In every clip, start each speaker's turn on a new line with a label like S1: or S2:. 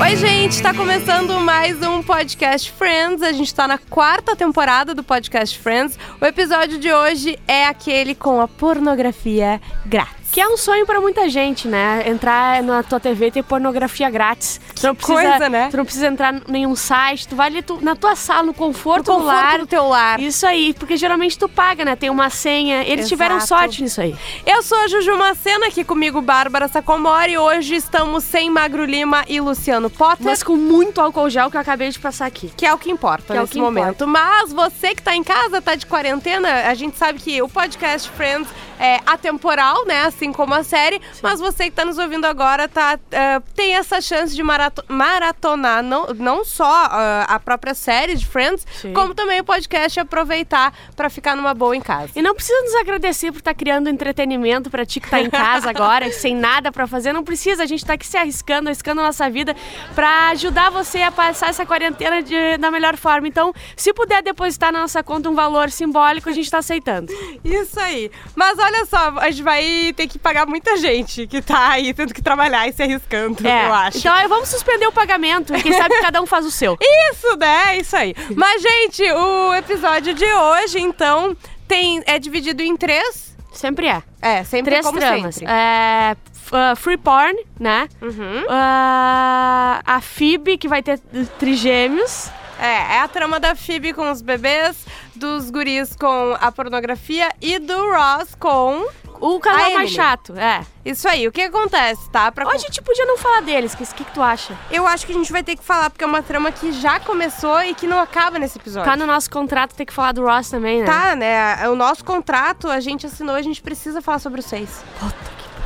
S1: Oi, gente, tá começando mais um podcast Friends. A gente tá na quarta temporada do podcast Friends. O episódio de hoje é aquele com a pornografia grátis.
S2: Que é um sonho pra muita gente, né? Entrar na tua TV e ter pornografia grátis. tu não precisa,
S1: coisa, né?
S2: Tu não precisa entrar em nenhum site, tu vai ali tu- na tua sala, no
S1: O
S2: conforto,
S1: conforto
S2: do lar.
S1: do teu lar.
S2: Isso aí, porque geralmente tu paga, né? Tem uma senha. Eles
S1: Exato.
S2: tiveram sorte nisso aí.
S1: Eu sou a Juju Macena, aqui comigo Bárbara Sacomori. Hoje estamos sem Magro Lima e Luciano Potter.
S2: Mas com muito álcool gel que eu acabei de passar aqui.
S1: Que é o que importa
S2: Que é o
S1: nesse
S2: que
S1: momento. Mas você que tá em casa, tá de quarentena, a gente sabe que o podcast Friends é atemporal, né? Assim como a série. Mas você que tá nos ouvindo agora tá, eh, tem essa chance de marato- maratonar não, não só ah, a própria série de Friends,
S2: Sim.
S1: como também o podcast e aproveitar para ficar numa boa em casa.
S2: E não precisa nos agradecer por estar criando entretenimento pra ti que tá em casa agora, sem nada pra fazer. Não precisa, a gente tá aqui se arriscando, arriscando a nossa vida pra ajudar você a passar essa quarentena de- da melhor forma. Então, se puder depositar na nossa conta um valor simbólico, a gente tá aceitando.
S1: Isso aí. Mas olha só, a gente vai ter que pagar muita gente que tá aí tendo que trabalhar e se arriscando,
S2: É,
S1: eu acho.
S2: Então, aí, vamos suspender o pagamento e quem sabe cada um faz o seu.
S1: Isso, né? É Isso aí. Mas, gente, o episódio de hoje, então, tem, é dividido em três.
S2: Sempre é.
S1: É, sempre
S2: Três
S1: como
S2: tramas.
S1: sempre. Uhum.
S2: É, f- ah, free porn, né?
S1: é.
S2: Ah, a Phoebe, que vai ter eh, trigêmeos.
S1: É, é a trama da Phoebe com os bebês, dos guris com a pornografia e do Ross com...
S2: O canal
S1: A
S2: mais
S1: Emily.
S2: chato, é.
S1: Isso aí, o que acontece, tá? Pra...
S2: Ou a gente podia não falar deles, Cris, o que, que tu acha?
S1: Eu acho que a gente vai ter que falar, porque é uma trama que já começou e que não acaba nesse episódio.
S2: Tá no nosso contrato, tem que falar do Ross também, né?
S1: Tá, né? O nosso contrato, a gente assinou, a gente precisa falar sobre os seis.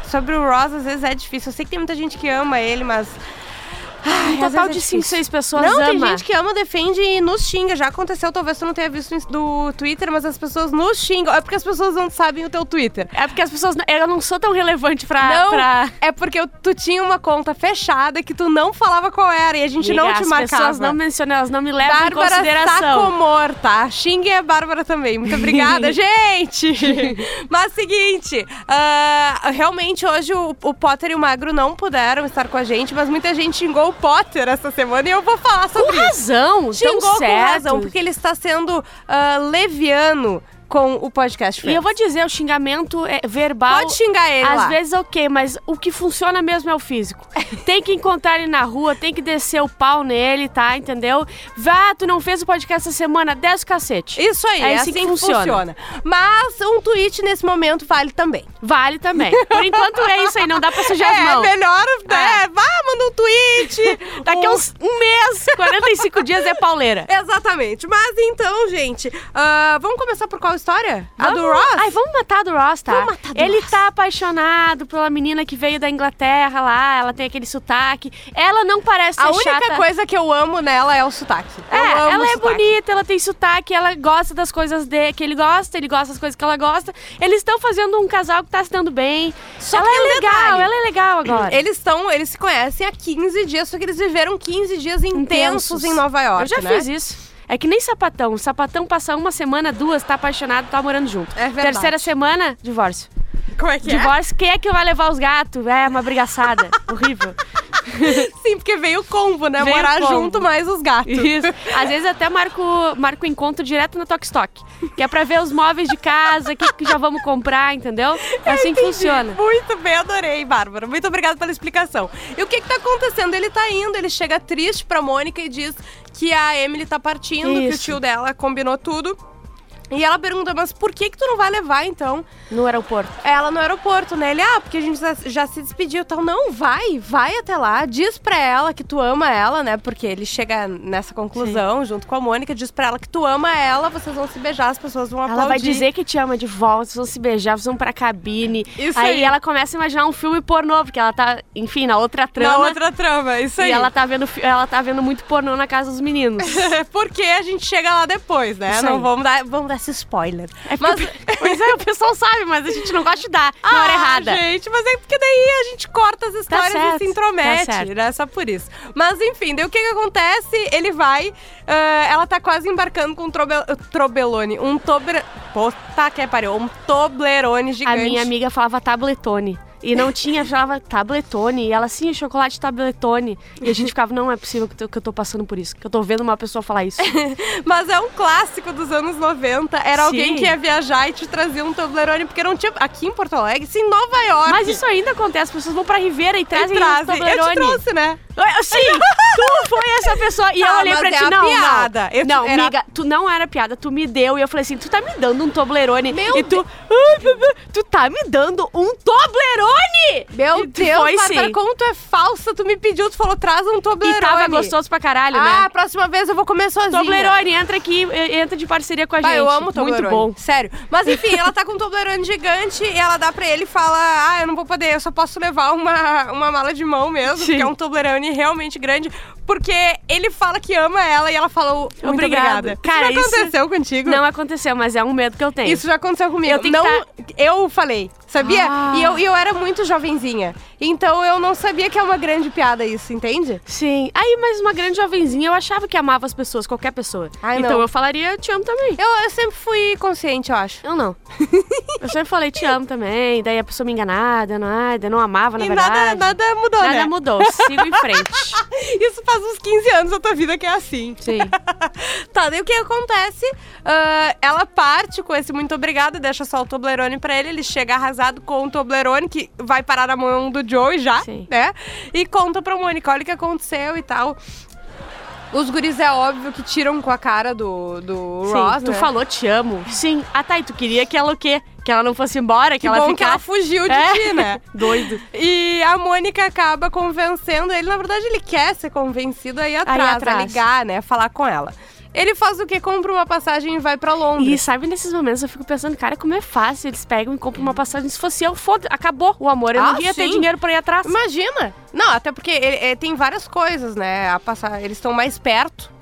S1: Sobre o Ross, às vezes é difícil. Eu sei que tem muita gente que ama ele, mas. Ai,
S2: Um
S1: às vezes é
S2: total de 5,
S1: difícil.
S2: 6 pessoas
S1: Não,
S2: ama.
S1: tem gente que ama, defende e nos xinga. Já aconteceu, talvez tu não tenha visto isso do Twitter, mas as pessoas nos xingam. É porque as pessoas não sabem o teu Twitter.
S2: É porque as pessoas... não- Eu não sou tão relevante pra...
S1: não,
S2: pra...
S1: é porque tu tinha uma conta fechada que tu não falava qual era e a gente
S2: Amiga,
S1: não te marcava.
S2: As pessoas não mencionam, elas não me levam em
S1: Bárbara tá
S2: consideração.
S1: Sacomor, tá? Xinguem a Bárbara também. Muito obrigada, gente! Mas seguinte, ah, realmente hoje o, o Potter e o Magro não puderam estar com a gente, mas muita gente xingou o Potter essa semana e eu vou falar
S2: Com
S1: sobre isso.
S2: razão,
S1: Xingou
S2: tão
S1: com
S2: certo.
S1: razão, porque ele está sendo ah, leviano com o podcast
S2: E
S1: Friends.
S2: eu vou dizer, o xingamento é verbal...
S1: Pode xingar ele
S2: Às
S1: lá.
S2: vezes ok, mas o que funciona mesmo é o físico. Tem que encontrar ele na rua, tem que descer o pau nele, tá? Entendeu? Vá, tu não fez o podcast essa semana, desce o cacete.
S1: Isso aí, é,
S2: É
S1: assim que funciona.
S2: funciona.
S1: Mas um tweet nesse momento vale também.
S2: Vale também. Por enquanto é isso aí, não dá pra sujar
S1: é,
S2: as mãos.
S1: melhor, né? Vá, manda um tweet.
S2: Daqui a
S1: Um-
S2: uns É. um mês, 45 dias é pauleira.
S1: Exatamente. Mas então, gente, ah, vamos começar por qual história? A do
S2: Vamos-
S1: Ross?
S2: Ai, vamos matar a do Ross, tá?
S1: Vamos matar a do
S2: Ele
S1: Ross.
S2: tá apaixonado pela menina que veio da Inglaterra lá, ela tem aquele sotaque. Ela não parece ser
S1: a única
S2: é chata.
S1: coisa que eu amo nela é o sotaque.
S2: É,
S1: eu amo
S2: ela
S1: o
S2: é
S1: sotaque.
S2: bonita, ela tem sotaque, ela gosta das coisas de, que ele gosta, ele gosta das coisas que ela gosta. Eles estão fazendo um casal que tá se dando bem.
S1: Só
S2: ela
S1: que tem um
S2: é legal,
S1: detalhe.
S2: ela é legal agora.
S1: Eles estão, eles se conhecem há 15 dias, só que eles viveram 15 dias intensos, em Nova York,
S2: Eu já
S1: né?
S2: fiz isso. É que nem sapatão. Sapatão passa uma semana, duas, tá apaixonado, tá morando junto.
S1: É verdade.
S2: Terceira semana, divórcio.
S1: Como é que
S2: Divórcio, quem é que vai levar os gatos? É, uma brigaçada. Horrível.
S1: Sim, porque veio o combo, né?
S2: Veio o
S1: Morar
S2: combo.
S1: junto mais os gatos.
S2: Isso. Às vezes até marco, marco encontro direto na Tokstok. Que é pra ver os móveis de casa, o que, que já vamos comprar, entendeu? É assim que funciona.
S1: Muito bem, adorei, Bárbara. Muito obrigada pela explicação. E o que que tá acontecendo? Ele tá indo, ele chega triste pra Mônica e diz que a Emily tá partindo, que o
S2: Isso.
S1: tio dela combinou tudo. E ela pergunta, mas por que que tu não vai levar, então,
S2: No aeroporto.
S1: ela no aeroporto, né? Ele, ah, porque a gente já, já se despediu, então não, vai, vai até lá, diz pra ela que tu ama ela, né? Porque ele chega nessa conclusão, junto com a Mônica, diz pra ela que tu ama ela, vocês vão se beijar, as pessoas vão aplaudir.
S2: Ela vai dizer que te ama de volta, vocês vão se beijar, vocês vão pra cabine.
S1: Isso
S2: aí,
S1: aí.
S2: ela começa a imaginar um filme pornô, porque ela tá, enfim, na outra trama.
S1: Na outra trama, isso aí.
S2: E ela tá, vendo, fi- ela tá vendo muito pornô na casa dos meninos.
S1: Porque a gente chega lá depois, né?
S2: Isso
S1: não
S2: aí.
S1: vamos dar, vamos dar esse spoiler.
S2: É porque- pois é, o pessoal sabe, mas a gente não gosta de dar na hora
S1: Ah,
S2: errada. Tá
S1: Gente, mas é porque daí a gente corta as histórias e
S2: certo,
S1: se intromete,
S2: tá certo.
S1: né? Só por isso. Mas enfim, daí o que que acontece? Ele vai, ah, ela tá quase embarcando com um trobe- trobelone, um tobre... Puta que pariu, um toblerone
S2: A
S1: gigante.
S2: minha amiga falava tabletone. E não tinha, chamava tabletone. E ela, sim, chocolate tabletone. E a gente ficava, não é possível que eu, que eu tô passando por isso. Que eu tô vendo uma pessoa falar isso.
S1: Mas é um clássico dos anos 90. Era
S2: Sim.
S1: alguém que ia viajar e te trazia um Toblerone, porque não tinha. Aqui em Porto Alegre, sim, em Nova York.
S2: Mas isso ainda acontece. As pessoas vão pra Ribeira e trazem,
S1: E
S2: um
S1: trazem. Eu te
S2: Toblerone.
S1: trouxe, né?
S2: Eu- é, Sim, tu foi essa pessoa. E
S1: Tá,
S2: eu olhei
S1: mas
S2: pra
S1: é
S2: ti,
S1: a
S2: não,
S1: piada.
S2: não.
S1: Eu te-
S2: não,
S1: era-
S2: amiga, tu não era piada, tu me deu. E eu falei assim, tu tá me dando um Toblerone.
S1: Meu
S2: e tu, ai, bebê, tu tá me dando um Toblerone!
S1: Meu
S2: E tu
S1: Deus,
S2: foi,
S1: Bárbara,
S2: sim.
S1: como tu é falsa, tu me pediu, tu falou, traz um Toblerone.
S2: E tava gostoso pra caralho,
S1: Ah,
S2: né?
S1: a próxima vez eu vou comer sozinha.
S2: Toblerone, entra aqui, e- entra de parceria com a
S1: Bah,
S2: gente.
S1: eu amo Toblerone.
S2: Muito bom.
S1: Sério. Mas enfim, ela tá com um Toblerone gigante e ela dá pra ele e fala: Ah, eu não vou poder, eu só posso levar uma, uma mala de mão mesmo,
S2: Sim.
S1: porque é um Toblerone realmente grande. Porque ele fala que ama ela e ela falou: Muito
S2: Obrigado.
S1: obrigada.
S2: Cara,
S1: isso já
S2: isso-
S1: aconteceu contigo?
S2: Não aconteceu, mas é um medo que eu tenho.
S1: Isso já aconteceu comigo.
S2: Eu tenho que tá-
S1: não, eu falei, sabia?
S2: Ah.
S1: E eu, e eu era muito jovenzinha. Então eu não sabia que é uma grande piada isso, entende?
S2: Sim. Aí, mas uma grande jovenzinha, eu achava que amava as pessoas, qualquer pessoa.
S1: Ai,
S2: então
S1: não.
S2: eu falaria, eu te amo também.
S1: Eu, eu sempre fui consciente, eu acho.
S2: Eu não. Eu sempre falei te amo também, daí a pessoa me enganada, não, ai, daí não amava, na
S1: e
S2: verdade.
S1: nada, nada mudou,
S2: Nada
S1: né?
S2: mudou, sigo em frente.
S1: Isso faz uns 15 anos da tua vida que é assim.
S2: Sim.
S1: tá, daí o que acontece? Ah, ela parte com esse muito obrigado, deixa só o Toblerone pra ele, ele chega arrasado com o Toblerone, que vai parar na mão do Joey já,
S2: Sim.
S1: né? E conta pra Mônica, olha o que aconteceu e tal. Os guris é óbvio que tiram com a cara do, do
S2: Sim,
S1: Ross,
S2: tu
S1: né?
S2: falou te amo. Sim. Ah tá, e tu queria que ela o quê? Que ela não fosse embora, que,
S1: Que
S2: ela
S1: bom que ela
S2: ficasse...
S1: fugiu de
S2: É.
S1: ti, né?
S2: Doido.
S1: E a Mônica acaba convencendo ele. Na verdade, ele quer ser convencido aí atrás, a
S2: atrás.
S1: ligar, né? Falar com ela. Ele faz o quê? Compra uma passagem e vai pra Londres.
S2: E sabe, nesses momentos eu fico pensando, cara, como é fácil, eles pegam e compram uma passagem, se fosse eu, foda acabou o amor, eu
S1: Ah,
S2: não ia ter
S1: sim.
S2: dinheiro pra ir atrás.
S1: Imagina! Não, até porque ele- é, tem várias coisas, né? A passa... Eles estão mais perto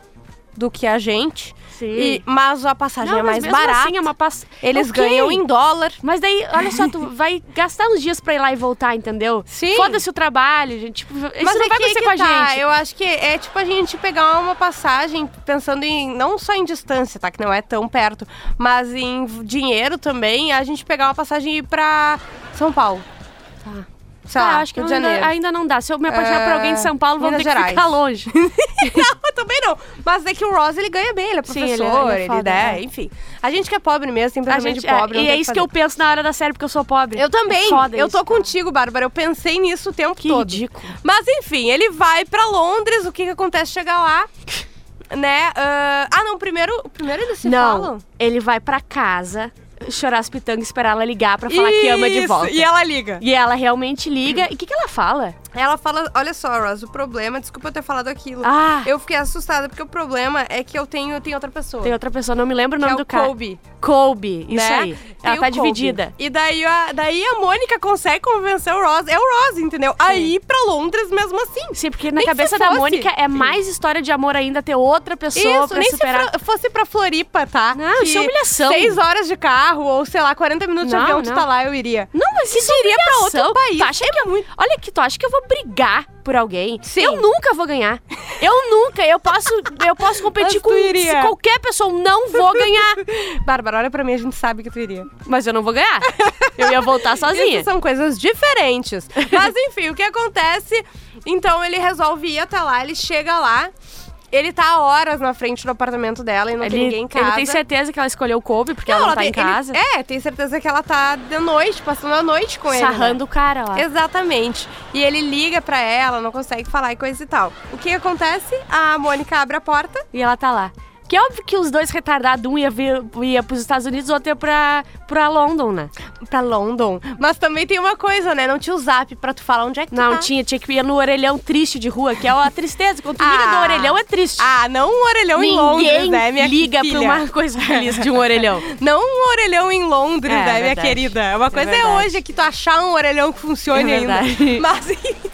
S1: do que a gente.
S2: Sim.
S1: E... Mas a passagem
S2: Não,
S1: é
S2: mas
S1: mais
S2: mesmo
S1: barata.
S2: assim é uma pass...
S1: Eles
S2: Ok.
S1: ganham em dólar.
S2: Mas daí, olha só, tu vai gastar uns dias pra ir lá e voltar, entendeu?
S1: Sim.
S2: Foda-se o trabalho, gente. Tipo, isso
S1: Mas
S2: não
S1: é
S2: vai
S1: que
S2: acontecer
S1: que
S2: com a
S1: tá,
S2: gente.
S1: Eu acho que é tipo a gente pegar uma passagem pensando em não só em distância, tá? Que não é tão perto, mas em v- dinheiro também, a gente pegar uma passagem e ir pra São Paulo.
S2: Tá.
S1: Sei
S2: Tá,
S1: lá,
S2: eu acho que
S1: Rio de
S2: ainda,
S1: Janeiro.
S2: ainda não dá. Se eu me apaixonar
S1: É,
S2: por alguém de São Paulo, vamos ter
S1: Minas
S2: que
S1: Gerais.
S2: ficar longe.
S1: não, também não. Mas é que o Ross, ele ganha bem, ele é
S2: Sim,
S1: professor,
S2: ele é-
S1: ele,
S2: ele é foda,
S1: né?
S2: né?
S1: Enfim. A gente que é pobre mesmo, tem
S2: A
S1: problema
S2: gente,
S1: de pobre.
S2: é,
S1: não
S2: e
S1: tem
S2: é
S1: o
S2: isso que
S1: fazer.
S2: eu penso na hora da série, porque eu sou pobre.
S1: Eu também.
S2: É foda
S1: eu
S2: isso.
S1: tô contigo, Bárbara. Eu pensei nisso o tempo
S2: Que
S1: todo.
S2: ridículo.
S1: Mas enfim, ele vai pra Londres. O que que acontece? Chega lá, né? ah, ah, não. Primeiro, primeiro eles se
S2: Não,
S1: falam.
S2: ele vai pra casa chorar as pitangas, esperar ela ligar pra falar que ama de
S1: Isso,
S2: volta.
S1: E ela liga.
S2: E ela realmente liga. E o que, que ela fala?
S1: Ela fala: Olha só, Ross, o problema. Desculpa eu ter falado aquilo.
S2: Ah,
S1: Eu fiquei assustada porque o problema é que eu tenho, tem outra pessoa.
S2: tem outra pessoa, não me lembro o
S1: que
S2: nome
S1: é
S2: do
S1: o
S2: cara.
S1: Colby.
S2: Colby, isso
S1: né?
S2: aí.
S1: Tem
S2: Ela
S1: o
S2: tá
S1: Colby.
S2: dividida.
S1: E daí a, daí a Mônica consegue convencer o Ross. É o Ross, entendeu? Aí pra Londres mesmo assim.
S2: Sim, porque na
S1: Nem se
S2: cabeça da
S1: fosse.
S2: Mônica é mais história de amor ainda ter outra pessoa
S1: Isso,
S2: pra
S1: nem
S2: superar.
S1: se fra- fosse pra Floripa, tá?
S2: Não, isso é humilhação.
S1: Seis horas de carro, ou sei lá, 40 minutos
S2: Não,
S1: de avião, tu
S2: não.
S1: tá lá, eu iria.
S2: Não, mas isso
S1: diria
S2: é
S1: pra
S2: humilhação.
S1: outro país.
S2: Tu acha que eu... Olha que tu acha que eu vou brigar por alguém?
S1: Sim.
S2: Eu nunca vou ganhar. Eu nunca. Eu posso, eu posso
S1: Mas
S2: competir
S1: tu
S2: com
S1: iria.
S2: se qualquer pessoa. Eu não vou ganhar.
S1: Bárbara, olha pra mim, a gente sabe que tu iria.
S2: Mas eu não vou ganhar. Eu ia voltar sozinha.
S1: Isso são coisas diferentes. Mas enfim, o que acontece? Então ele resolve ir até lá, ele chega lá, ele tá horas na frente do apartamento dela e não tem
S2: Ele,
S1: ninguém em casa.
S2: ele tem certeza que ela escolheu o Kobe porque
S1: Não,
S2: ela não tá
S1: tem-
S2: em casa.
S1: ele- é, tem certeza que ela tá de noite, passando a noite com ele. né?
S2: sarrando o cara lá.
S1: Exatamente. E ele liga pra ela, não consegue falar e coisa e tal. O que acontece? A Mônica abre a porta.
S2: E ela tá lá. Que é óbvio que os dois retardados, um ia, vir, ia pros Estados Unidos, o outro ia pra, pra London, né?
S1: Pra London. Mas também tem uma coisa, né? Não tinha o zap pra tu falar onde é que tu
S2: Não,
S1: tá.
S2: tinha, tinha que ir no orelhão triste de rua, que é a tristeza. Quando tu liga
S1: Ah.
S2: do orelhão, é triste.
S1: Ah, não um orelhão
S2: Ninguém
S1: em Londres, né, minha
S2: liga
S1: filha?
S2: pra uma coisa feliz de um orelhão.
S1: Não um orelhão em Londres,
S2: É,
S1: né, minha
S2: verdade.
S1: querida? Uma coisa é,
S2: verdade.
S1: hoje que tu achar um orelhão que funcione
S2: É
S1: ainda.
S2: verdade.
S1: Mas,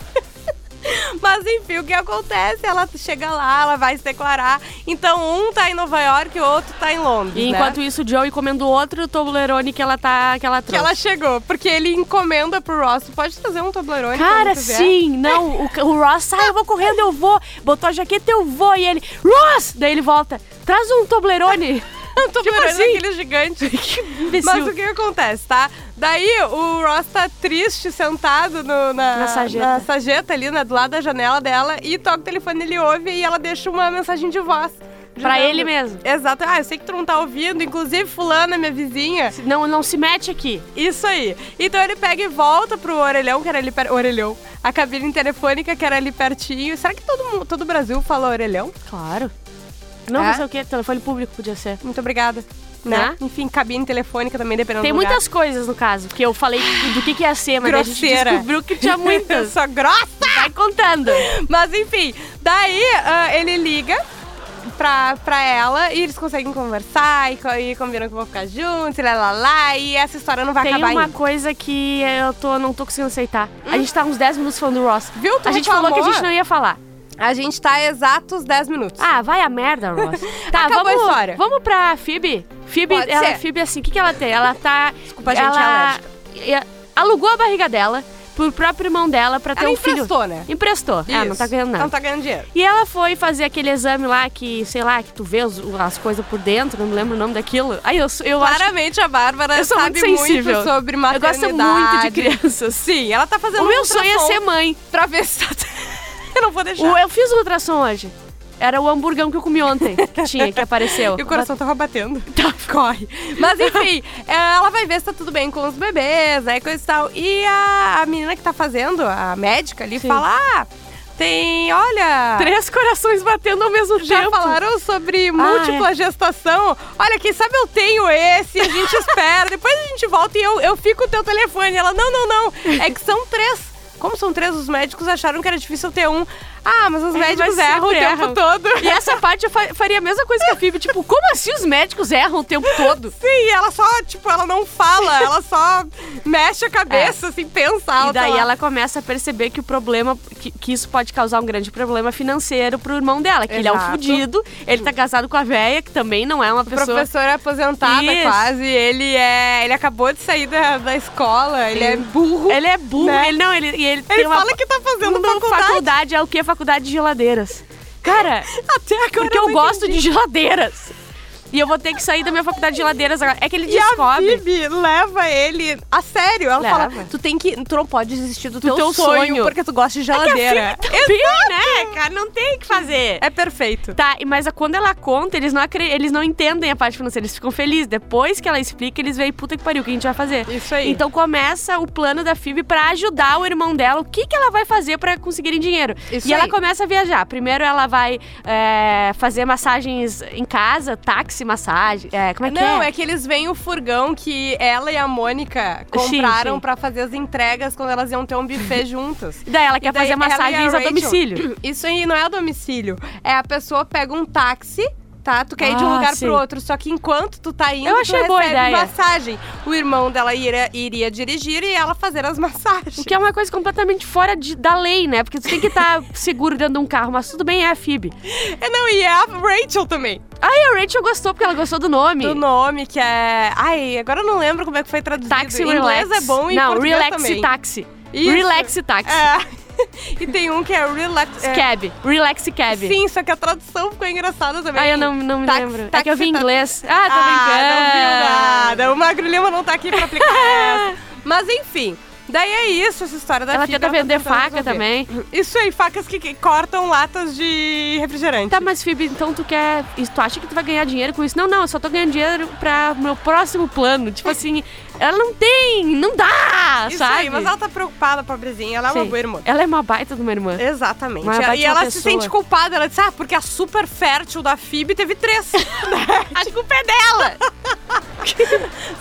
S1: mas enfim, o que acontece? Ela chega lá, ela vai se declarar. Então um tá em Nova York e o outro tá em Londres.
S2: E
S1: né?
S2: enquanto isso, o Joey comendo outro Toblerone que ela, tá, que ela
S1: que
S2: trouxe.
S1: ela chegou, porque ele encomenda pro Ross, pode trazer um Toblerone
S2: Cara,
S1: quando tu vier?"
S2: sim, não, o, ca- o Ross, sai, eu vou correndo, eu vou. Botou a jaqueta, eu vou. E ele, Ross! Daí ele volta, traz um Toblerone.
S1: Eu tô
S2: Tipo
S1: morando
S2: assim.
S1: aquele gigante.
S2: imbecil.
S1: Mas o que que acontece, tá? Daí o Ross tá triste, sentado no- na,
S2: Na sarjeta.
S1: na sarjeta ali, na- do lado da janela dela, e toca o telefone, ele ouve e ela deixa uma mensagem de voz.
S2: Pra
S1: dizendo-
S2: ele mesmo.
S1: Exato. Ah, eu sei que tu não tá ouvindo, inclusive fulana, minha vizinha.
S2: Não, não se mete aqui.
S1: Isso aí. Então ele pega e volta pro orelhão, que era ali perto. Orelhão. A cabine telefônica, que era ali pertinho. Será que todo, mundo, todo o Brasil fala orelhão?
S2: Claro. Não,
S1: É?
S2: não sei o que, telefone público podia ser.
S1: Muito obrigada. Né?
S2: Né?
S1: Enfim, cabine telefônica também, dependendo
S2: Tem
S1: do lugar.
S2: muitas coisas no caso, porque eu falei do que, que ia ser, mas daí a
S1: Grosseira.
S2: gente descobriu que tinha
S1: Eu
S2: muitas.
S1: sou grossa!
S2: Vai contando.
S1: Mas enfim, daí ah, ele liga pra, pra ela e eles conseguem conversar e, co- e combinam que vão ficar juntos, e lá, lá, lá, e essa história não vai
S2: Tem
S1: acabar
S2: uma
S1: ainda.
S2: coisa que eu tô, não tô conseguindo aceitar. A gente tá uns 10 minutos falando do Ross.
S1: Hum? Viu? Tu
S2: a gente
S1: reclamou.
S2: falou que a gente não ia falar.
S1: A gente tá a exatos 10 minutos.
S2: Ah, vai a merda, Ross. Tá,
S1: Acabou a
S2: vamos,
S1: história.
S2: vamos pra Phoebe. Phoebe,
S1: Pode
S2: ela,
S1: ser.
S2: Phoebe assim, o que, que ela tem? Ela tá...
S1: Desculpa, gente,
S2: ela, é, alugou a barriga dela pro próprio irmão dela pra ter
S1: ela
S2: um filho.
S1: emprestou, né?
S2: Emprestou. Ah, não tá
S1: Isso.
S2: ganhando nada.
S1: Não tá ganhando dinheiro.
S2: E ela foi fazer aquele exame lá que, sei lá, que tu vê os- as coisas por dentro, não me lembro o nome daquilo. Aí eu, sou- eu acho.
S1: Claramente a Bárbara
S2: Eu sou
S1: sabe
S2: muito sensível.
S1: muito sobre
S2: Eu
S1: maternidade.
S2: gosto muito de crianças.
S1: Sim, ela tá fazendo
S2: O meu
S1: um
S2: sonho é
S1: ultrassom
S2: ser mãe.
S1: pra ver se tá... Eu não vou deixar.
S2: O, eu fiz o ultrassom hoje. Era o hamburgão que eu comi ontem, que tinha, que apareceu.
S1: E o coração tava batendo. Tá, corre. Mas enfim, ela vai ver se tá tudo bem com os bebês, aí coisa e tal. E a, a menina que tá fazendo, a médica ali,
S2: Sim.
S1: fala: ah, tem, olha.
S2: Três corações batendo ao mesmo
S1: Já
S2: tempo.
S1: falaram sobre múltipla gestação. Olha, quem sabe eu tenho esse, a gente espera, depois a gente volta e eu, eu fico o teu telefone. Ela, não, não, não. É que são três. Como são três, os médicos acharam que era difícil ter um. Ah, mas os
S2: É,
S1: médicos
S2: mas
S1: erram o
S2: sempre
S1: tempo
S2: erram.
S1: todo.
S2: E essa parte eu fa- faria a mesma coisa que a Phoebe. Tipo, como assim os médicos erram o tempo todo?
S1: Sim, ela só, tipo, ela não fala, ela só mexe a cabeça, assim, pensa.
S2: É. E
S1: alto,
S2: daí
S1: ela-
S2: ela começa a perceber que o problema, que, que isso pode causar um grande problema financeiro pro irmão dela, que ele é um
S1: Exato.
S2: fudido, ele tá casado com a véia, que também não é uma pessoa.
S1: Professora aposentada,
S2: Isso.
S1: quase. Ele é. Ele acabou de sair da, da escola, ele é burro.
S2: Ele é burro,
S1: Né?
S2: ele não, ele, e ele,
S1: Ele
S2: tem uma
S1: fala que tá fazendo
S2: uma
S1: faculdade.
S2: faculdade, é o que? Faculdade de geladeiras. Cara,
S1: Até agora.
S2: porque eu
S1: não
S2: gosto
S1: entendi.
S2: de geladeiras. E eu vou ter que sair da minha faculdade de geladeiras agora. É que ele
S1: E a
S2: descobre.
S1: Bibi leva ele a sério. Ela
S2: Leva.
S1: fala: Tu tem que. Tu não pode desistir do, teu,
S2: teu
S1: sonho,
S2: sonho.
S1: porque tu gosta de
S2: É
S1: geladeira.
S2: que a Phoebe também, né, cara? Não tem o que fazer.
S1: É perfeito.
S2: Tá, e- mas a- quando ela conta, eles não, acre- eles não entendem a parte financeira, eles ficam felizes. Depois que ela explica, eles veem, puta que pariu, o que a gente vai fazer?
S1: Isso aí.
S2: Então começa o plano da Phoebe pra ajudar o irmão dela, o que, que ela vai fazer pra conseguirem dinheiro.
S1: Isso
S2: e ela
S1: aí.
S2: começa a viajar. Primeiro ela vai é, fazer massagens em casa, táxi, massagem, é, como é que
S1: não,
S2: é?
S1: é? que eles veem o furgão que ela e a Mônica
S2: Sim,
S1: compraram
S2: sim.
S1: pra fazer as entregas quando elas iam ter um buffet juntas.
S2: E Daí ela
S1: E
S2: quer
S1: daí
S2: fazer
S1: ela e a
S2: massagens a,
S1: Rachel-
S2: domicílio.
S1: Isso aí não é a domicílio, é a pessoa pega um táxi. Tá, tu quer ir de um
S2: Ah,
S1: lugar
S2: sim.
S1: pro outro, só que enquanto tu tá indo,
S2: Eu achei
S1: tu
S2: boa a
S1: recebe
S2: ideia.
S1: massagem. O irmão dela iria, iria dirigir e ela fazer as massagens.
S2: O que é uma coisa completamente fora de- da lei, né? Porque tu tem que estar seguro dentro de um carro, mas tudo bem, é a Phoebe.
S1: É, não, e é a Rachel também.
S2: Aí a Rachel gostou, porque ela gostou do nome.
S1: Do nome, que é... Ai, agora eu não lembro como é que foi traduzido.
S2: Táxi
S1: em
S2: relax.
S1: inglês é bom e em
S2: Não,
S1: português
S2: relax
S1: também.
S2: táxi.
S1: Isso.
S2: Relax táxi.
S1: É. E tem um que é relax... é,
S2: Cab. Relax cab.
S1: Sim, só que a tradução ficou engraçada também.
S2: Ah, eu não, não me
S1: Táxi-
S2: lembro. é
S1: táxi-
S2: que eu vi em
S1: táxi-
S2: inglês. Ah, tô
S1: Ah, não
S2: brincando.
S1: viu nada. O Magro Lima não tá aqui pra aplicar essa. Mas enfim, daí é isso, essa história da
S2: Ela
S1: Phoebe,
S2: tenta
S1: tá
S2: vender
S1: tentando
S2: faca
S1: resolver.
S2: também.
S1: Isso aí, facas que, que cortam latas de refrigerante.
S2: Tá, mas Phoebe, então tu quer. isso- Tu acha que tu vai ganhar dinheiro com isso? Não, não, eu só tô ganhando dinheiro pra meu próximo plano. Tipo assim, ela não tem, não dá,
S1: isso
S2: sabe?
S1: aí, mas ela tá preocupada, pobrezinha. Ela é uma
S2: Sim.
S1: boa irmã.
S2: Ela é uma baita de uma irmã.
S1: Exatamente.
S2: Uma
S1: E ela- e
S2: ótima
S1: ela se
S2: pessoa.
S1: sente culpada. Ela disse, ah, porque a super fértil da Phoebe teve três.
S2: A culpa é dela!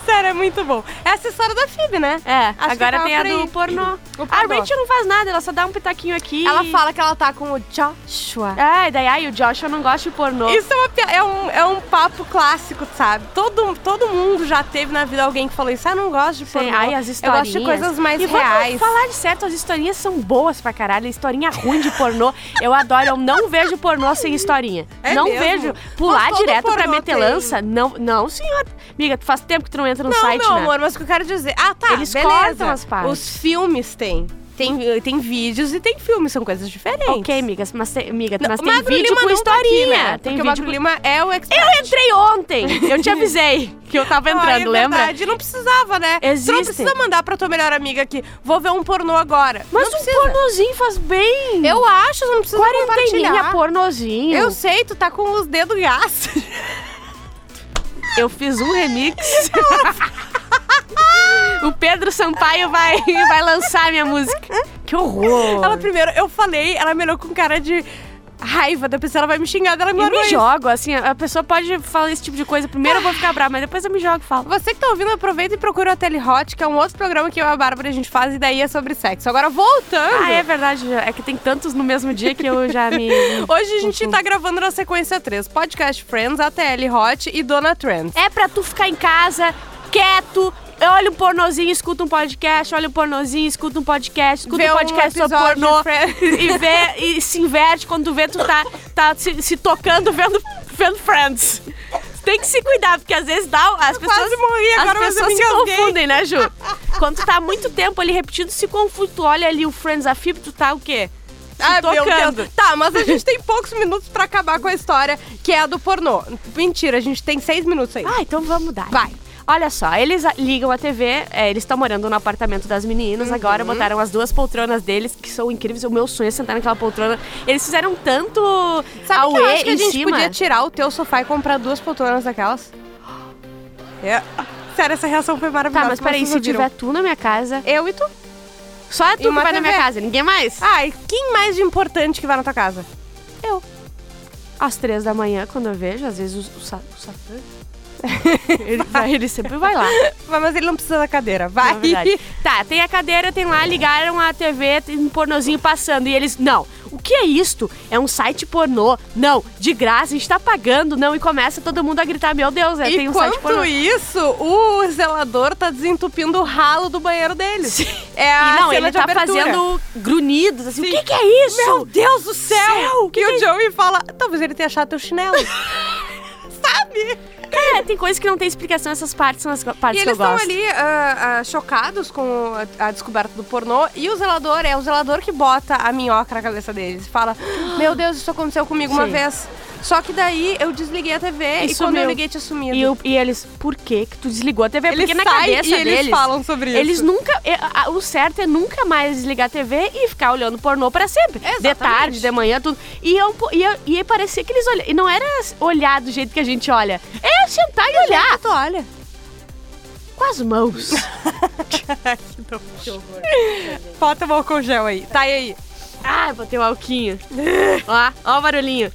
S1: Sério, é muito bom. Essa é a história da Phoebe, né?
S2: É,
S1: que
S2: agora
S1: acaba
S2: tem a
S1: por aí.
S2: do pornô.
S1: O
S2: A
S1: pornô.
S2: Rachel não faz nada, ela só dá um pitaquinho aqui.
S1: Ela fala que ela tá com o Joshua.
S2: Ai, daí ai, o Joshua não gosta de pornô.
S1: Isso é, uma pia- é um, é um papo clássico, sabe? Todo, todo mundo já teve na vida alguém que falou isso. Ah, não gosto de pornô.
S2: Sim, ai, as
S1: Eu
S2: historinhas.
S1: gosto de coisas mais
S2: e vamos
S1: reais.
S2: falar de certo, as historinhas são boas pra caralho. Historinha ruim de pornô, eu adoro. Eu não vejo pornô sem historinha.
S1: É
S2: não
S1: mesmo?
S2: vejo. Pular
S1: Mas todo
S2: direto pra
S1: pornô
S2: meter
S1: tem.
S2: lança, não, não, senhor. Amiga, tu faz tempo que tu não entra no
S1: Não,
S2: site,
S1: não,
S2: né?
S1: amor, mas o que eu quero dizer... Ah, tá,
S2: Eles
S1: beleza.
S2: cortam as partes.
S1: Os filmes têm. tem, tem vídeos e tem filmes, são coisas diferentes.
S2: Ok, amigas, mas, tem- amiga, mas
S1: O
S2: tem
S1: Magro
S2: vídeo
S1: Lima
S2: com
S1: é não tá aqui,
S2: historinha.
S1: né?
S2: Tem
S1: Porque o Magro
S2: vídeo com-
S1: Lima é o expert.
S2: Eu entrei ontem! Eu te avisei que eu tava
S1: Ah, é
S2: entrando, lembra?
S1: verdade, não precisava, né? Tu não
S2: Existem.
S1: precisa mandar pra tua melhor amiga aqui, vou ver um pornô agora.
S2: Mas
S1: não
S2: um
S1: precisa.
S2: pornozinho faz bem!
S1: Eu acho, tu não precisa
S2: Quarenteninha,
S1: compartilhar.
S2: pornozinho.
S1: Eu sei, tu tá com os dedos gastos.
S2: Eu fiz um remix. o Pedro Sampaio vai, vai lançar minha música. Que horror!
S1: Ela primeiro, eu falei, ela me olhou com cara de raiva, depois ela vai me xingar, daí ela me
S2: eu
S1: largou
S2: me
S1: isso.
S2: jogo, assim, a pessoa pode falar esse tipo de coisa. Primeiro eu vou ficar brava, mas depois eu me jogo e falo.
S1: Você que tá ouvindo, aproveita e procura o Tele Hot, que é um outro programa que eu e a Bárbara a gente faz, e daí é sobre sexo. Agora, voltando...
S2: Ah, é verdade. É que tem tantos no mesmo dia que eu já me.
S1: Hoje a gente tá gravando na sequência 3, Podcast Friends, ATL Hot e Dona Trends.
S2: É pra tu ficar em casa, quieto. Olha um pornozinho, escuta um podcast, olha um pornozinho, escuta um podcast, escuta
S1: Vê
S2: um
S1: um
S2: podcast sobre
S1: episódio de
S2: pornô
S1: Friends.
S2: e, vê, e se inverte quando tu vê, tu tá, tá se, se tocando vendo, vendo Friends. Tem que se cuidar, porque às vezes dá. As pessoas,
S1: quase morri agora,
S2: as
S1: mas eu
S2: pessoas
S1: me
S2: se
S1: engasguei.
S2: confundem, né, Ju? Quando tu tá há muito tempo ali repetindo, se confunde. Tu olha ali o Friends a FIB, tu tá o quê? Se
S1: Ah, meu
S2: tocando.
S1: Deus. Tá, mas a gente tem poucos minutos pra acabar com a história, que é a do pornô. Mentira, a gente tem seis minutos aí.
S2: Ah, então vamos dar.
S1: Vai.
S2: Olha só, eles a- ligam a TV, é, eles estão morando no apartamento das meninas
S1: Uhum.
S2: agora, botaram as duas poltronas deles, que são incríveis. O meu sonho é sentar naquela poltrona. Eles fizeram tanto
S1: Sabe que eu
S2: auê
S1: acho que a
S2: em
S1: gente
S2: cima.
S1: podia tirar o teu sofá e comprar duas poltronas daquelas? É. Sério, essa reação foi maravilhosa.
S2: Tá, mas
S1: como
S2: peraí,
S1: vocês
S2: se
S1: ouviram.
S2: tiver tu na minha casa,
S1: Eu e tu.
S2: só tu
S1: E
S2: que
S1: uma
S2: vai na minha
S1: TV.
S2: casa, ninguém mais.
S1: Ah, e quem mais de importante que vai na tua casa?
S2: eu. Às três da manhã, quando eu vejo, às vezes o, o, sa- o Satã. ele, vai- ele sempre vai lá.
S1: Vai, Mas ele não precisa da cadeira, vai.
S2: Na verdade. Tá, tem a cadeira, tem lá, ligaram a TV, tem um pornozinho passando. E eles, não, o que é isto? É um site pornô? Não, de graça, a gente tá pagando, não. E começa todo mundo a gritar, meu Deus, é, tem um site pornô.
S1: Enquanto isso, o zelador tá desentupindo o ralo do banheiro dele.
S2: Sim.
S1: É a
S2: E não,
S1: cena
S2: ele
S1: de
S2: tá
S1: abertura.
S2: fazendo grunhidos, assim,
S1: Sim.
S2: o que que é isso?
S1: Meu Deus do céu!
S2: Céu, que
S1: e
S2: que é
S1: o Joey fala, talvez ele tenha achado teu chinelo. Sabe?
S2: Cara, é? tem coisa que não tem explicação, essas partes são as co-
S1: E
S2: partes que
S1: eles
S2: eu
S1: estão
S2: gosto.
S1: ali ah, ah, chocados com o- a, descoberta do pornô. E o zelador é o zelador que bota a minhoca na cabeça deles. Fala, meu Deus, isso aconteceu comigo uma
S2: Sim.
S1: vez. Só que daí eu desliguei a TV e,
S2: E
S1: quando eu
S2: sumiu.
S1: liguei tinha sumido. É
S2: E, eu- e eles, por que que tu desligou a TV?
S1: Eles
S2: Porque na
S1: saem
S2: cabeça
S1: e eles
S2: deles,
S1: falam sobre isso.
S2: Eles nunca. é, a- O certo é nunca mais desligar a TV e ficar olhando pornô pra sempre. De
S1: Exatamente.
S2: tarde, de manhã, tudo. E, eu, e, eu- e é parecia que eles olhavam. E não era olhar do jeito que a gente olha. É sentar e olhar
S1: Tu olha.
S2: com as mãos.
S1: Bota o álcool gel aí. Tá e aí.
S2: ah, botei o alquinho. ó, ó o barulhinho.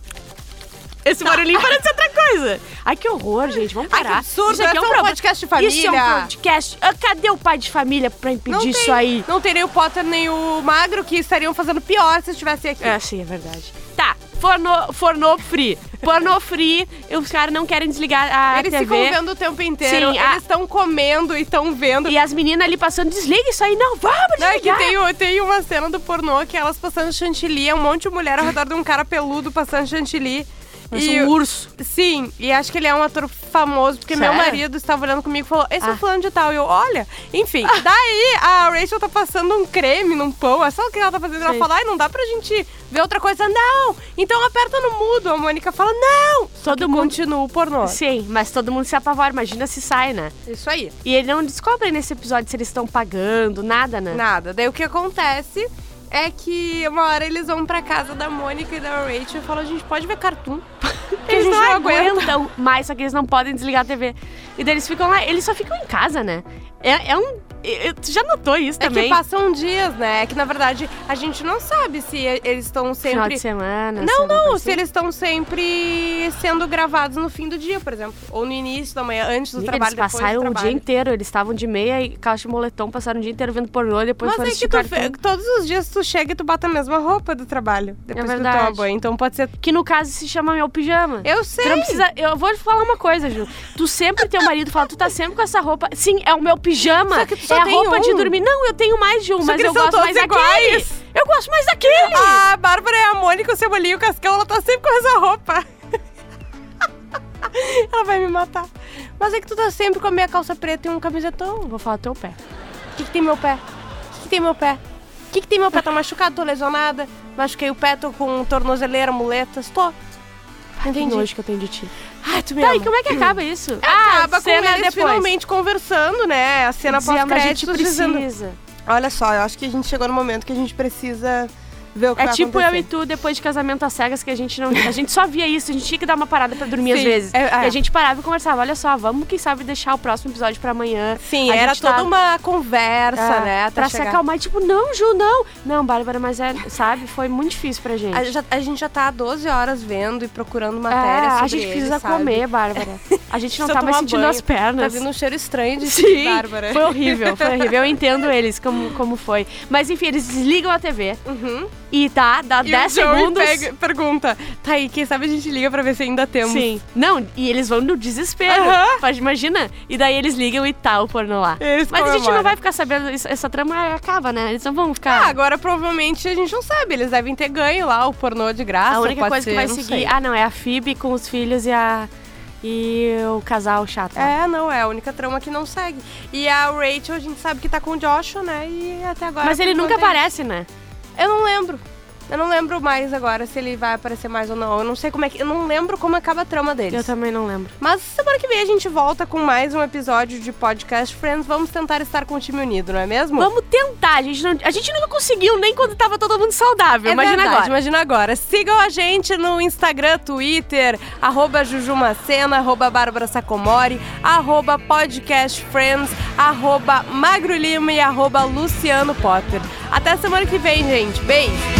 S2: Esse barulhinho parece outra coisa. Ai, que horror, gente. Vamos
S1: Tá. Ai, que
S2: parar.
S1: absurdo,
S2: Isso aqui é
S1: é
S2: um
S1: só um
S2: problema.
S1: podcast de família.
S2: Isso é um podcast. Ah, Cadê o pai de família pra
S1: Não
S2: impedir
S1: tem-
S2: isso aí?
S1: Não tem nem o Potter nem o Magro que estariam fazendo pior se estivessem aqui.
S2: Ah, sim, é verdade. Tá, forno, forno free. Forno free, os caras não querem desligar a
S1: Eles
S2: TV.
S1: ficam vendo o tempo inteiro.
S2: Sim, a-
S1: eles estão comendo e estão vendo.
S2: E as meninas ali passando, desliga isso aí, não, vamos
S1: Não, é que
S2: desligar.
S1: tem, o- tem uma cena do pornô que elas passando chantilly, é um monte de mulher ao redor de um cara peludo passando chantilly.
S2: Parece
S1: E-
S2: um urso.
S1: Sim, e acho que ele é um ator famoso, porque meu
S2: Sério?
S1: marido estava olhando comigo e falou: Esse é
S2: Ah.
S1: o fulano de tal. E eu, olha, enfim. Daí a Rachel tá passando um creme num pão, é só o que ela tá fazendo. Ela
S2: Sim.
S1: fala: Ai, não dá pra gente ver outra coisa, não. Então aperta no mudo. A Mônica fala: Não. Só
S2: Todo
S1: que
S2: mundo-
S1: continua o pornô.
S2: Sim, mas todo mundo se apavora, imagina se sai, né?
S1: Isso aí.
S2: E eles não descobrem nesse episódio se eles estão pagando, nada, né?
S1: Nada. Daí o que acontece é que uma hora eles vão pra casa da Mônica e da Rachel e falam: a gente pode ver cartoon. Porque a
S2: Eles
S1: gente
S2: não
S1: não aguenta.
S2: aguentam mais, só que eles não podem desligar a TV. E daí eles ficam lá, eles só ficam em casa, né? É, é um... é- é- Tu já notou isso
S1: É que
S2: também?
S1: passam dias, né? É que na verdade a gente não sabe se e- eles estão
S2: Final
S1: sempre.
S2: de semana.
S1: Não,
S2: sabe,
S1: não,
S2: assim.
S1: se eles estão sempre sendo gravados no fim do dia, por exemplo. Ou no início da manhã, antes do
S2: Amiga,
S1: trabalho,
S2: eles
S1: depois do
S2: passaram o dia
S1: trabalho.
S2: inteiro, eles estavam de meia e caixa de moletom, passaram o dia inteiro vendo pornô e depois
S1: Mas
S2: foram
S1: é que
S2: assistir
S1: tu,
S2: cartoon.
S1: fe- todos os dias tu chega e tu bota a mesma roupa do trabalho. Depois que tu toma
S2: É verdade. É
S1: banho. Então pode ser.
S2: Que no caso se chama meu pijama.
S1: Eu sei.
S2: Tu não precisa... Eu vou te falar uma coisa, Ju. Tu sempre, teu marido fala, tu tá sempre com essa roupa. Sim, é o meu pijama.
S1: Só que tu só
S2: é a
S1: tem
S2: roupa de
S1: um.
S2: dormir. Não, eu tenho mais de um,
S1: Só
S2: mas
S1: que
S2: eu
S1: eles são
S2: gosto
S1: todos
S2: mais
S1: iguais.
S2: daquele. Eu gosto mais daquele.
S1: A Bárbara é a Mônica, o Cebolinha e o Cascão, ela tá sempre com essa roupa. ela vai me matar. Mas é que tu tá sempre com a minha calça preta e um camisetão.
S2: Vou falar teu pé.
S1: O que, que tem meu pé? O que, que tem meu pé? O que, que tem meu pé? Tá machucado, tô lesionada, machuquei o pé, tô com tornozeleira, muletas, tô.
S2: Entendi.
S1: Entendi.
S2: Que nojo que eu tenho de ti.
S1: Ai, tu me
S2: Tá,
S1: ama.
S2: e como é que acaba isso? Ah,
S1: Acaba com eles finalmente conversando, né? A cena
S2: Dizendo, a gente
S1: pós-créditos
S2: precisa.
S1: dizendo... Olha só, eu acho que a gente chegou no momento que a gente precisa ver o que
S2: É
S1: vai
S2: tipo eu
S1: acontecer.
S2: e tu depois de casamento às cegas que a gente não. A gente só via isso, a gente tinha que dar uma parada pra dormir às
S1: Sim,
S2: vezes.
S1: é, é.
S2: E a gente parava e conversava, olha só, vamos, quem sabe, deixar o próximo episódio pra amanhã.
S1: Sim,
S2: A
S1: era
S2: gente tá-
S1: toda uma conversa,
S2: É,
S1: né? até
S2: pra se
S1: chegar.
S2: acalmar, e tipo, não, Ju, não. Não, Bárbara, mas é, sabe, foi muito difícil pra gente.
S1: A, já- a gente já tá há 12 horas vendo e procurando matéria
S2: É,
S1: sobre
S2: a gente
S1: ele,
S2: precisa
S1: sabe?
S2: comer, Bárbara. A gente não
S1: Precisa
S2: tá mais
S1: tomar
S2: sentindo
S1: banho.
S2: as pernas.
S1: Tá vindo um cheiro estranho de
S2: Sim,
S1: Bárbara.
S2: foi um horrível, foi horrível. Eu entendo eles como, como foi. Mas enfim, eles desligam a TV
S1: Uhum.
S2: e tá, dá
S1: E
S2: 10
S1: o Joey
S2: segundos.
S1: pega- pergunta, tá aí, quem sabe a gente liga pra ver se ainda temos.
S2: Sim. Não, e eles vão no desespero.
S1: Aham.
S2: Mas imagina. E daí eles ligam e tá o porno lá.
S1: Eles
S2: Mas a gente não
S1: comemoram.
S2: vai ficar sabendo, isso- essa trama acaba, né? Eles não vão
S1: Ah,
S2: ficar.
S1: agora provavelmente a gente não sabe, eles devem ter ganho lá o pornô de graça.
S2: a única
S1: pode
S2: coisa
S1: ser,
S2: que vai
S1: não
S2: seguir.
S1: sei.
S2: Ah, não, é a Phoebe com os filhos e a. E o casal chato. lá.
S1: É, não, é a única trama que não segue. E a Rachel, a gente sabe que tá com o Joshua, né? E até agora.
S2: Mas
S1: por
S2: ele nunca
S1: enquanto, é
S2: aparece, né?
S1: Eu não lembro. Eu não lembro mais agora se ele vai aparecer mais ou não. Eu não sei como é que. Eu não lembro como acaba a trama deles.
S2: Eu também não lembro.
S1: Mas semana que vem a gente volta com mais um episódio de Podcast Friends. Vamos tentar estar com o time unido, não é mesmo?
S2: Vamos tentar. A gente, não, a gente nunca conseguiu, nem quando tava todo mundo saudável.
S1: É
S2: Imagina
S1: verdade,
S2: agora.
S1: Imagina agora. Sigam a gente no Instagram, Twitter, arroba Jujumacena, arroba Bárbara Sacomori, arroba Podcast Friends, arroba Magro Lima e arroba Luciano Potter. Até semana que vem, gente. Beijo!